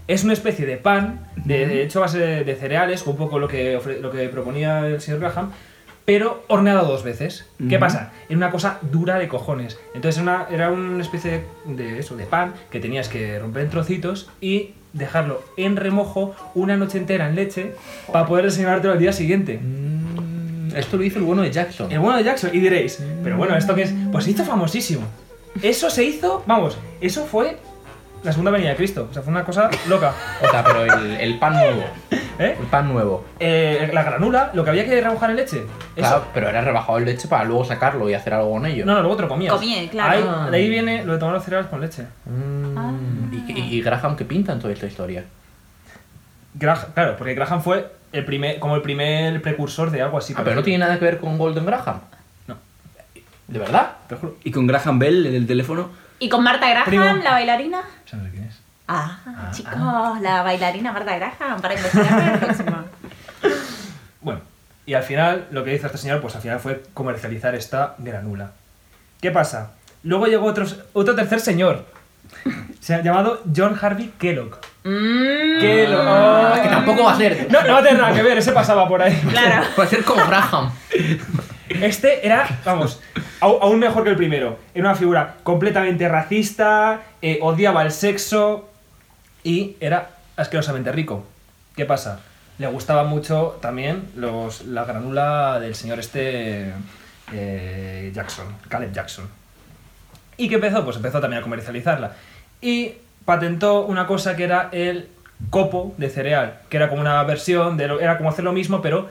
Speaker 1: Es una especie de pan, de, de hecho a base de, de cereales, un poco lo que, ofre- lo que proponía el señor Graham, pero horneado dos veces. ¿Qué pasa? Era una cosa dura de cojones. Entonces era una- era una especie de, de eso, de pan, que tenías que romper en trocitos y dejarlo en remojo una noche entera en leche para poder desayunártelo al día siguiente.
Speaker 2: Esto lo hizo el bueno de Jackson.
Speaker 1: El bueno de Jackson. Y diréis,
Speaker 4: Mm.
Speaker 1: pero bueno, ¿esto qué es? Pues se hizo famosísimo. Eso se hizo, vamos, eso fue la segunda venida de Cristo. O sea, fue una cosa loca.
Speaker 2: O sea, pero el, el pan nuevo.
Speaker 1: ¿Eh?
Speaker 2: El pan nuevo.
Speaker 1: Eh, la granula, lo que había que remojar en leche. Eso.
Speaker 2: Claro, pero era rebajado el leche para luego sacarlo y hacer algo con ello.
Speaker 1: No, no, luego te lo comías.
Speaker 4: Comí, claro.
Speaker 1: Ahí-
Speaker 2: Ah.
Speaker 1: de ahí viene lo de tomar los cereales con leche.
Speaker 2: Mm, ¿Y, y- y Graham qué pinta en toda esta historia?
Speaker 1: Grah- claro, porque Graham fue el primer, como el primer precursor de algo así.
Speaker 2: Ah, pero no tiene nada que ver con Golden Graham.
Speaker 1: No.
Speaker 2: ¿De verdad?
Speaker 1: Te lo juro.
Speaker 3: ¿Y con Graham Bell en el teléfono?
Speaker 4: ¿Y con Marta Graham,
Speaker 1: Primo.
Speaker 4: la bailarina?
Speaker 1: O sea, no sé quién es.
Speaker 4: Ah, chicos, la bailarina Marta Graham, para investigar el próximo.
Speaker 1: Bueno, y al final, lo que hizo este señor, pues al final fue comercializar esta granula. ¿Qué pasa? Luego llegó otro, otro tercer señor, se ha llamado John Harvey Kellogg.
Speaker 4: Mm,
Speaker 1: Kellogg.
Speaker 2: Ah, que tampoco va a ser.
Speaker 1: No, no va a tener nada que ver, ese pasaba por ahí.
Speaker 4: claro.
Speaker 2: Va a ser como Graham.
Speaker 1: Este era, vamos, au- aún mejor que el primero. Era una figura completamente racista, eh, odiaba el sexo y era asquerosamente rico. ¿Qué pasa? Le gustaba mucho también los, la granula del señor este eh, Jackson, Caleb Jackson. ¿Y qué empezó? Pues empezó también a comercializarla. Y patentó una cosa que era el copo de cereal, que era como una versión, de lo- era como hacer lo mismo, pero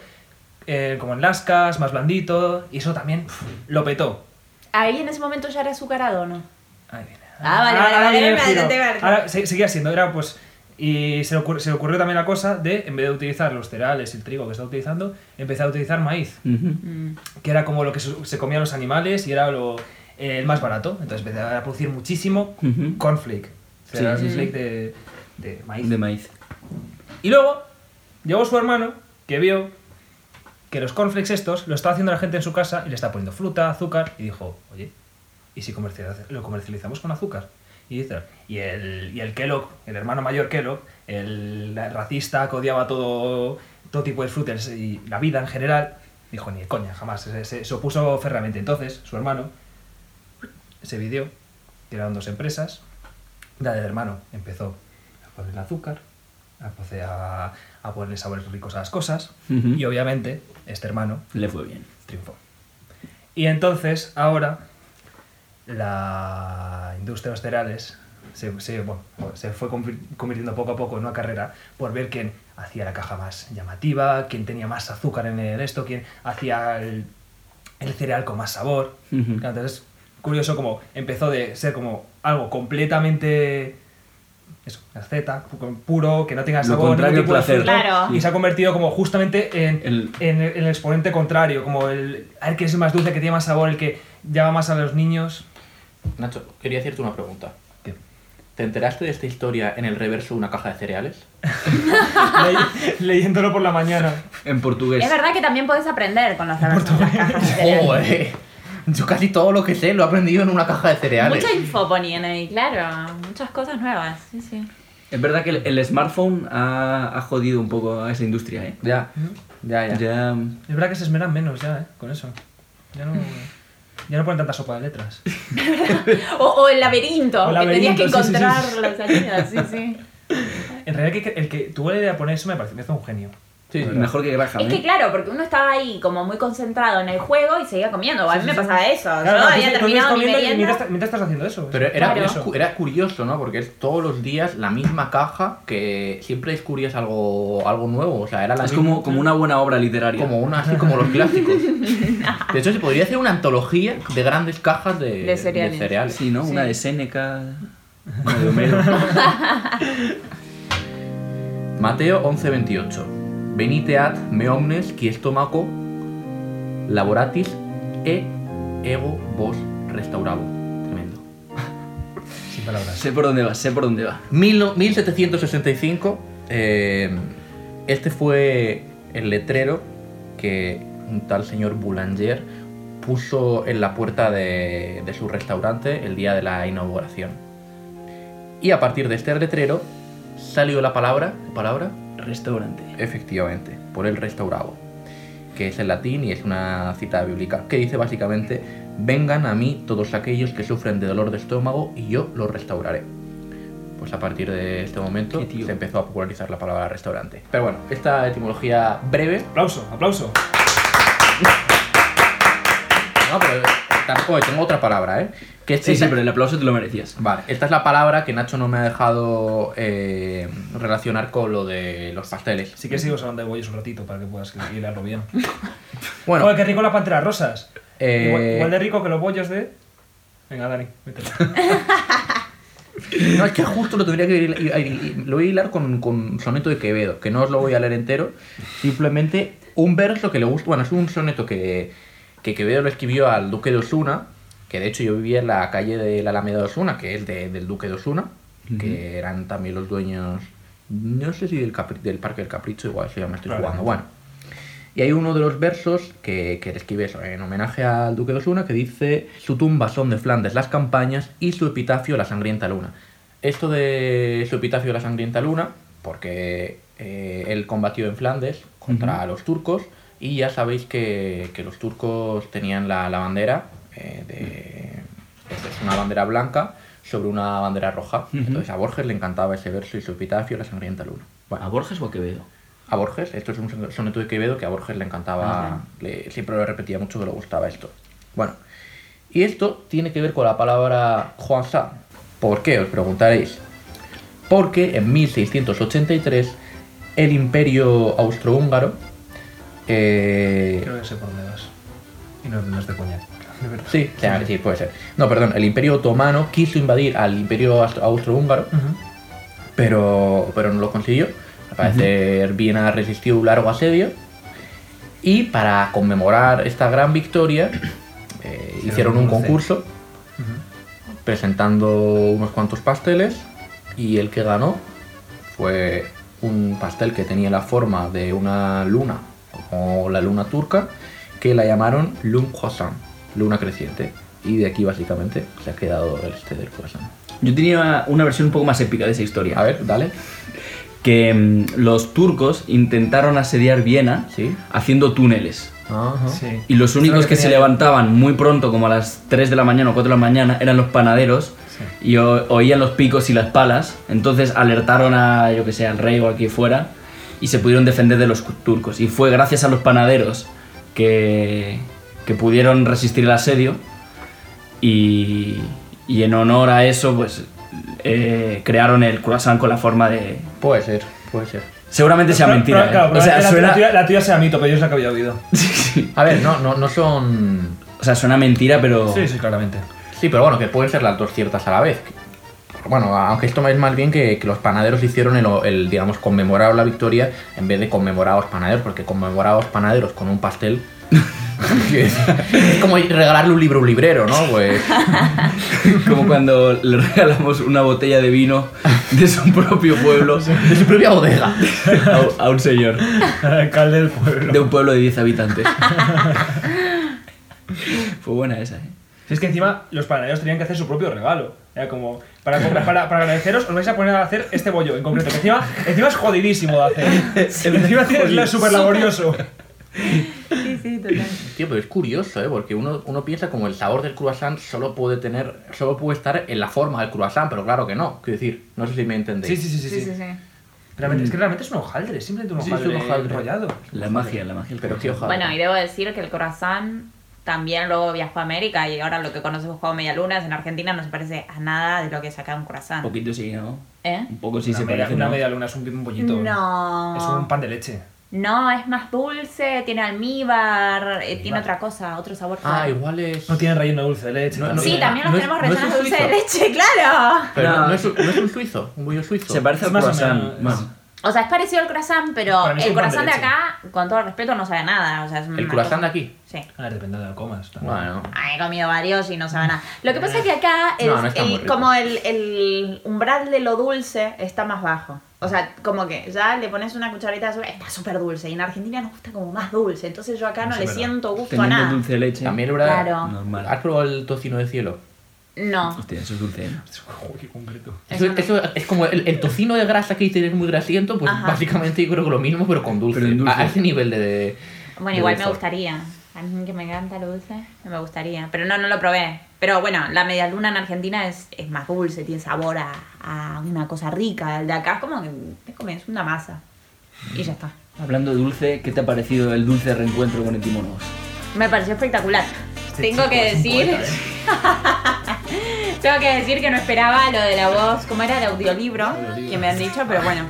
Speaker 1: eh, como en lascas, más blandito, y eso también pf, lo petó.
Speaker 4: Ahí en ese momento ya era azucarado, ¿o ¿no?
Speaker 1: Ahí viene.
Speaker 4: Ah, vale,
Speaker 1: Ahora-
Speaker 4: vale,
Speaker 1: ahora
Speaker 4: vale,
Speaker 1: viene el
Speaker 4: vale,
Speaker 1: giro.
Speaker 4: te vale.
Speaker 1: Ahora se- seguía siendo, era pues... Y se le, ocur- se le ocurrió también la cosa de, en vez de utilizar los cereales, el trigo que estaba utilizando, empezar a utilizar maíz.
Speaker 4: Mm.
Speaker 1: que era como lo que se se comían los animales y era lo, eh, el más barato. Entonces empezaba a producir muchísimo
Speaker 3: Ujú.
Speaker 1: cornflake. O sea,
Speaker 3: Sí,
Speaker 1: era
Speaker 3: sí,
Speaker 1: cornflake de, de maíz.
Speaker 3: De maíz.
Speaker 1: Y luego llegó su hermano que vio que los cornflakes estos lo estaba haciendo la gente en su casa y le estaba poniendo fruta, azúcar y dijo, oye, ¿y si comercializ- lo comercializamos con azúcar? Y, dice, y, el, y el Kellogg, el hermano mayor Kellogg, el racista que odiaba todo, todo tipo de frutas y la vida en general, dijo, ni de coña, jamás, se, se- se opuso ferramente. Entonces, su hermano se vidió, crearon dos empresas, la del hermano empezó a ponerle azúcar, a, poce- a, a ponerle sabores ricos a las cosas,
Speaker 3: Ujú.
Speaker 1: y obviamente este hermano
Speaker 3: Le fue bien.
Speaker 1: triunfó. Y entonces, ahora, la industria de los cereales se, se- bueno, se fue convir- convirtiendo poco a poco en una carrera por ver quién hacía la caja más llamativa, quién tenía más azúcar en el esto, quién hacía el, el cereal con más sabor.
Speaker 3: Ujú.
Speaker 1: Claro, Entonces, curioso como empezó de ser como algo completamente... Eso, gaceta, pu- puro, que no tenga
Speaker 3: Lo
Speaker 1: sabor, ningún
Speaker 3: contrario al
Speaker 1: tipo de
Speaker 3: placer.
Speaker 1: fruta,
Speaker 4: Claro.
Speaker 1: Y se ha convertido como justamente en
Speaker 3: El-
Speaker 1: en el, en el exponente contrario, como el, a ver que es el más dulce, el que tiene más sabor, el que llama más a los niños.
Speaker 2: Nacho, quería hacerte una pregunta. ¿Te enteraste de esta historia en el reverso de una caja de cereales?
Speaker 1: Le- leyéndolo por la mañana.
Speaker 3: En portugués.
Speaker 1: Pues
Speaker 4: Es verdad que también puedes aprender con los reversos de las cajas
Speaker 1: Oh,
Speaker 4: de cereal.
Speaker 1: eh.
Speaker 2: Joder. Yo casi todo lo que sé lo he aprendido en una caja de cereales.
Speaker 4: Mucha info ponían ahí, claro. Muchas cosas nuevas. Sí, sí.
Speaker 3: Es verdad que el, el smartphone ha, ha jodido un poco a esa industria, ¿eh?
Speaker 2: Ya, ya, ya.
Speaker 3: Ya.
Speaker 1: Es verdad que se esmeran menos ya, ¿eh? Con eso. Ya no, ya no ponen tanta sopa de letras.
Speaker 4: O, o el laberinto,
Speaker 1: O
Speaker 4: que tenías que
Speaker 1: laberinto, sí, sí, sí.
Speaker 4: encontrar las salidas, sí, sí.
Speaker 1: En realidad, el que, el que tuvo la idea de poner eso me parece, me hace un genio.
Speaker 2: Sí, sí.
Speaker 3: Mejor que Graham.
Speaker 4: Es
Speaker 3: ¿eh?
Speaker 4: que claro, porque uno estaba ahí como muy concentrado en el juego y seguía comiendo. A mí me pasaba eso.
Speaker 1: Claro,
Speaker 4: Yo
Speaker 1: no, tú
Speaker 4: había
Speaker 1: sí- tú
Speaker 4: terminado
Speaker 1: sigues
Speaker 4: mi
Speaker 1: Ah, comiendo y
Speaker 4: merienda.
Speaker 1: mientras, mientras estás haciendo eso.
Speaker 2: Pero era,
Speaker 4: Claro.
Speaker 2: es cu- era curioso, ¿no? Porque es todos los días la misma caja que siempre descubrías algo, algo nuevo. O sea, era la
Speaker 3: Es
Speaker 2: misma-
Speaker 3: como, como una buena obra literaria.
Speaker 2: como una así como los clásicos. De hecho, se podría hacer una antología de grandes cajas de,
Speaker 4: De cereales.
Speaker 3: Sí, ¿no?
Speaker 4: Sí.
Speaker 3: Una de Seneca, una de Homero.
Speaker 2: Mateo 11:28. Venite ad me omnes qui estomaco laboratis e ego vos restauravo. Tremendo.
Speaker 1: Sin palabras.
Speaker 3: sé por dónde va, sé por dónde va.
Speaker 2: Mil no- 1765, eh, este fue el letrero que un tal señor Boulanger puso en la puerta de, de su restaurante el día de la inauguración. Y a partir de este letrero salió la palabra, palabra,
Speaker 3: Restaurante.
Speaker 2: efectivamente, por el restaurado, que es en latín y es una cita bíblica, que dice básicamente, vengan a mí todos aquellos que sufren de dolor de estómago y yo los restauraré. Pues a partir de este momento
Speaker 3: Qué tío.
Speaker 2: se empezó a popularizar la palabra restaurante. Pero bueno, esta etimología breve,
Speaker 1: Aplauso, aplauso.
Speaker 2: no, pero tampoco tengo otra palabra, ¿eh? Que es
Speaker 3: Sí, sí,
Speaker 2: esta-
Speaker 3: pero el aplauso te lo merecías.
Speaker 2: Vale, esta es la palabra que Nacho no me ha dejado eh, relacionar con lo de los pasteles.
Speaker 1: Si quieres, seguimos hablando de bollos un ratito para que puedas hilarlo bien.
Speaker 2: Bueno,
Speaker 1: Joder, qué rico las panteras rosas.
Speaker 2: eh,
Speaker 1: Igual, igual de rico que los bollos de. Venga, Dani, mételo.
Speaker 2: No, es que justo lo tendría que ir- ir- ir- lo voy a hilar con, con soneto de Quevedo, que no os lo voy a leer entero, simplemente un verso que le gusta, bueno, es un soneto que, que Quevedo lo escribió al duque de Osuna, que de hecho yo vivía en la calle de la Alameda de Osuna, que es de- del duque de Osuna, que eran también los dueños, no sé si del, Capri- del Parque del Capricho, igual, si ya me estoy jugando,
Speaker 1: Probablemente.
Speaker 2: bueno. Y hay uno de los versos que, que le escribe eso, en homenaje al Duque de Osuna, que dice: Su tumba son de Flandes las campañas y su epitafio la sangrienta luna. Esto de su epitafio la sangrienta luna, porque eh, él combatió en Flandes contra los turcos, y ya sabéis que, que los turcos tenían la, la bandera, eh, de, es una bandera blanca sobre una bandera roja. Entonces a Borges le encantaba ese verso y su epitafio la sangrienta luna.
Speaker 3: ¿A Borges o a Quevedo?
Speaker 2: A Borges, esto es un soneto de Quevedo que a Borges le encantaba, le- siempre lo repetía mucho que le gustaba esto. Bueno, y esto tiene que ver con la palabra Juan Sa. ¿Por qué? Os preguntaréis. Porque en 1683 el imperio austrohúngaro... eh,
Speaker 1: Creo que sé por dónde vas. Y no, no es de coña. De verdad.
Speaker 2: sí, o sea, sí, puede ser. No, perdón, el imperio otomano quiso invadir al imperio austro- austrohúngaro
Speaker 1: Ujú.
Speaker 2: pero, pero no lo consiguió. Al parecer Viena resistió un largo asedio y para conmemorar esta gran victoria eh, hicieron un
Speaker 1: un dulce.
Speaker 2: concurso presentando unos cuantos pasteles y el que ganó fue un pastel que tenía la forma de una luna, como la luna turca, que la llamaron Lun Croissant, luna creciente. Y de aquí básicamente se ha quedado el este del croissant.
Speaker 3: Yo tenía una versión un poco más épica de esa historia.
Speaker 2: A ver, dale.
Speaker 3: Que mm, los turcos intentaron asediar Viena
Speaker 2: Sí.
Speaker 3: haciendo túneles.
Speaker 2: Ajá.
Speaker 1: Sí.
Speaker 3: Y los únicos
Speaker 1: Creo
Speaker 3: que se
Speaker 1: tenía-
Speaker 3: levantaban muy pronto, como a las 3 de la mañana o 4 de la mañana, eran los panaderos. Y o- oían los picos y las palas. Entonces alertaron a, yo que sé, al rey o al que fuera. Y se pudieron defender de los cu- turcos. Y fue gracias a los panaderos que, que pudieron resistir el asedio. Y, y en honor a eso, pues eh, crearon el croissant con la forma de.
Speaker 2: Puede ser, puede ser.
Speaker 3: Seguramente sea
Speaker 1: Pero-
Speaker 3: mentira.
Speaker 1: pero, claro,
Speaker 3: ¿eh? O sea,
Speaker 1: probablemente la, la
Speaker 3: suena,
Speaker 1: tuya, la tuya sea mito, pero yo es la que había oído.
Speaker 2: A ver, no, no, no son.
Speaker 3: o sea, suena mentira, pero.
Speaker 1: Sí, sí, claramente.
Speaker 2: Sí, pero bueno, que pueden ser las dos ciertas a la vez. Bueno, aunque esto es más bien que, que los panaderos hicieron el, el, digamos, conmemorar la victoria en vez de conmemorar a los panaderos, porque conmemorar a los panaderos con un pastel. es como regalarle un libro a un librero, ¿no? Pues.
Speaker 3: Como cuando le regalamos una botella de vino de su propio pueblo
Speaker 2: De su propia bodega.
Speaker 3: a, un- a un señor
Speaker 1: Al alcalde del pueblo.
Speaker 3: de un pueblo de 10 habitantes. Fue buena esa, ¿eh?
Speaker 1: Si es que encima los panaderos tenían que hacer su propio regalo. Era como, para, para, para agradeceros, os vais a poner a hacer este bollo en concreto. Que encima, encima es jodidísimo de hacer. Eh, encima es súper laborioso.
Speaker 4: Sí, sí, total.
Speaker 2: Tío, pero es curioso, ¿eh? Porque uno, uno piensa como el sabor del croissant solo puede tener. solo puede estar en la forma del croissant, pero claro que no. Quiero decir, no sé si me entendéis.
Speaker 1: Sí, sí, sí, sí.
Speaker 4: Sí, sí,
Speaker 1: sí.
Speaker 4: sí.
Speaker 1: Realmente, Es que realmente es un hojaldre, Mm. es simplemente un
Speaker 2: Sí, es
Speaker 1: hojaldre,
Speaker 2: un hojaldre.
Speaker 1: enrollado.
Speaker 3: La magia, la magia.
Speaker 2: Pero qué
Speaker 3: ojalá.
Speaker 2: hoja.
Speaker 4: Bueno, y debo decir que el corazón también luego viajó a América y ahora lo que conocemos como media lunas en Argentina no se parece a nada de lo que saca un
Speaker 3: Un
Speaker 4: corazón.
Speaker 3: poquito sí, ¿no?
Speaker 4: ¿Eh?
Speaker 3: Un poco sí
Speaker 1: una,
Speaker 3: se
Speaker 1: media,
Speaker 3: parece,
Speaker 1: una
Speaker 3: ¿no?
Speaker 1: media luna es un, un bollito.
Speaker 4: No.
Speaker 1: Es un pan de leche.
Speaker 4: No, es más dulce, tiene almíbar, eh, tiene
Speaker 1: Almíbar.
Speaker 4: otra cosa, otro sabor.
Speaker 2: Ah, igual es.
Speaker 1: No tiene relleno de dulce de leche.
Speaker 2: No, no,
Speaker 1: tampoco.
Speaker 4: sí,
Speaker 2: no,
Speaker 4: también los
Speaker 2: no es-
Speaker 4: tenemos
Speaker 2: no es un
Speaker 4: rellenos de dulce de
Speaker 2: suizo.
Speaker 4: leche, claro.
Speaker 2: Pero
Speaker 3: No.
Speaker 2: no, es, un- no es un suizo, un bollo suizo.
Speaker 3: Se parece
Speaker 1: Es
Speaker 3: al
Speaker 1: más o
Speaker 3: croissant.
Speaker 1: menos-
Speaker 3: más.
Speaker 4: O sea, es parecido al croissant, pero
Speaker 1: Para mí es
Speaker 4: el
Speaker 1: un pan de
Speaker 4: croissant de,
Speaker 1: leche.
Speaker 4: acá, con todo el respeto, no sabe a nada. O sea, es
Speaker 2: El
Speaker 4: una
Speaker 2: croissant de
Speaker 4: cosa-
Speaker 2: aquí.
Speaker 4: Sí.
Speaker 1: A ver, Ah, depende de lo que comas. también.
Speaker 2: Bueno.
Speaker 4: Ay, he comido varios y no sabe nada. Lo que pasa es que acá el,
Speaker 2: No, no está muy
Speaker 4: el-
Speaker 2: rico.
Speaker 4: como el, el umbral de lo dulce está más bajo. O sea, como que ya le pones una cucharadita de azúcar, está súper dulce. Y en Argentina nos gusta como más dulce. Entonces yo acá no
Speaker 1: Eso
Speaker 4: le
Speaker 1: es verdad.
Speaker 4: siento gusto a
Speaker 3: Teniendo
Speaker 4: nada.
Speaker 3: dulce de leche.
Speaker 2: También habrá.
Speaker 4: Claro.
Speaker 3: Normal.
Speaker 2: ¿Has probado el tocino de cielo?
Speaker 4: No.
Speaker 3: Hostia, eso es dulce. ¿eh?
Speaker 1: Uy, qué concreto.
Speaker 2: Eso,
Speaker 4: Eso no.
Speaker 2: eso es como el, el tocino de grasa que dices es muy grasiento, pues
Speaker 4: Ajá.
Speaker 2: básicamente yo creo que lo mismo, pero con dulce.
Speaker 3: Pero en dulce.
Speaker 2: A, a ese nivel de. de-
Speaker 4: Bueno,
Speaker 2: de
Speaker 4: igual me
Speaker 2: dulzor.
Speaker 4: gustaría. A mí que me encanta lo dulce, me gustaría. Pero no, no lo probé. Pero bueno, la media luna en Argentina es, es más dulce, tiene sabor a, a una cosa rica. El de acá es como que te comes una masa. Y ya está.
Speaker 3: Hablando de dulce, ¿qué te ha parecido el dulce reencuentro con Etimólogos?
Speaker 4: Me pareció espectacular. Tengo
Speaker 1: Este chico
Speaker 4: que
Speaker 1: es un
Speaker 4: decir.
Speaker 1: poeta, ¿eh?
Speaker 4: Tengo que decir que no esperaba lo de la voz, como era el audiolibro que me han dicho, pero bueno.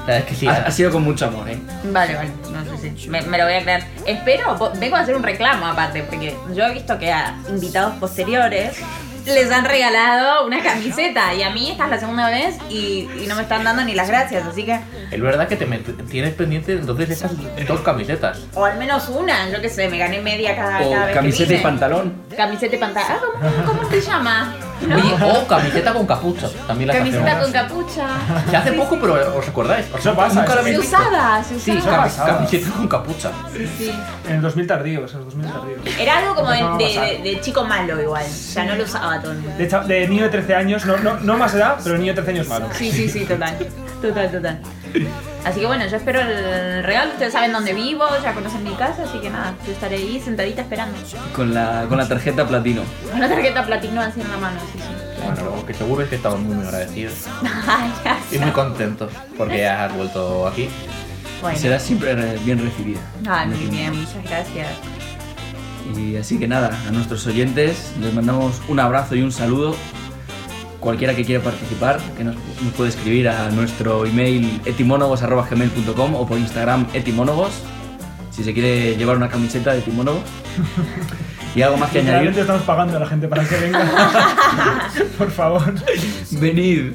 Speaker 2: La verdad es que sí.
Speaker 3: Ha, ha sido con mucho amor, ¿eh?
Speaker 4: Vale, vale, no sé si me, me lo voy a creer. Espero, vo- vengo a hacer un reclamo aparte, porque yo he visto que a invitados posteriores les han regalado una camiseta y a mí esta es la segunda vez y, y no me están dando ni las gracias, así que,
Speaker 2: Es verdad que te met- tienes pendiente entonces esas dos camisetas.
Speaker 4: o al menos una, yo qué sé, me gané media cada,
Speaker 3: O
Speaker 4: cada vez.
Speaker 3: camiseta
Speaker 4: que
Speaker 3: y
Speaker 4: vine.
Speaker 3: pantalón.
Speaker 4: Camiseta y pantalón. Ah, ¿cómo, cómo se llama?
Speaker 2: Oye, o camiseta con capucha. También la
Speaker 4: Camiseta con capucha.
Speaker 2: Se hace poco, pero ¿os acordáis? O sea,
Speaker 1: Eso Pues pasa,
Speaker 2: nunca la
Speaker 1: eso
Speaker 4: Se
Speaker 2: habéis visto.
Speaker 4: usaba, se
Speaker 2: Sí,
Speaker 1: Eso
Speaker 4: usaba.
Speaker 2: cami-
Speaker 1: pasaba.
Speaker 2: camiseta con capucha.
Speaker 4: Sí, sí.
Speaker 1: En el 2000 tardíos, en los 2000 tardíos.
Speaker 4: Era algo como
Speaker 1: Empezaba a
Speaker 4: de,
Speaker 1: pasar.
Speaker 4: de- de chico malo igual, o sea, no lo usaba todo el mundo.
Speaker 1: De, cha- de niño de 13 años, no, no, no más edad, pero niño de 13 años malo.
Speaker 4: Sí, sí, sí, total. Total, total. Así que bueno, yo espero el regalo. Ustedes saben dónde vivo, ya conocen mi casa, así que nada, yo estaré ahí sentadita esperando.
Speaker 3: Con la, con la tarjeta platino.
Speaker 4: Con la tarjeta platino así en la mano, sí, sí.
Speaker 2: Bueno, lo que seguro es que estamos muy, muy agradecidos
Speaker 4: Ay,
Speaker 2: y
Speaker 4: gracias.
Speaker 2: muy contentos porque has vuelto aquí.
Speaker 4: Bueno.
Speaker 3: Será siempre re- bien recibida.
Speaker 4: Ay, muy bien, muchas gracias.
Speaker 3: Y así que nada, a nuestros oyentes les mandamos un abrazo y un saludo. Cualquiera que quiera participar, que nos, nos puede escribir a nuestro email etimónogos.gmail.com o por Instagram etimónogos, si se quiere llevar una camiseta de etimónogos. Y algo más que
Speaker 1: Realmente
Speaker 3: añadir,
Speaker 1: estamos pagando a la gente para que venga. Por favor.
Speaker 3: venid.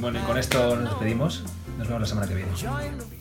Speaker 1: Bueno, y con esto nos despedimos. Nos vemos la semana que viene.
Speaker 5: join the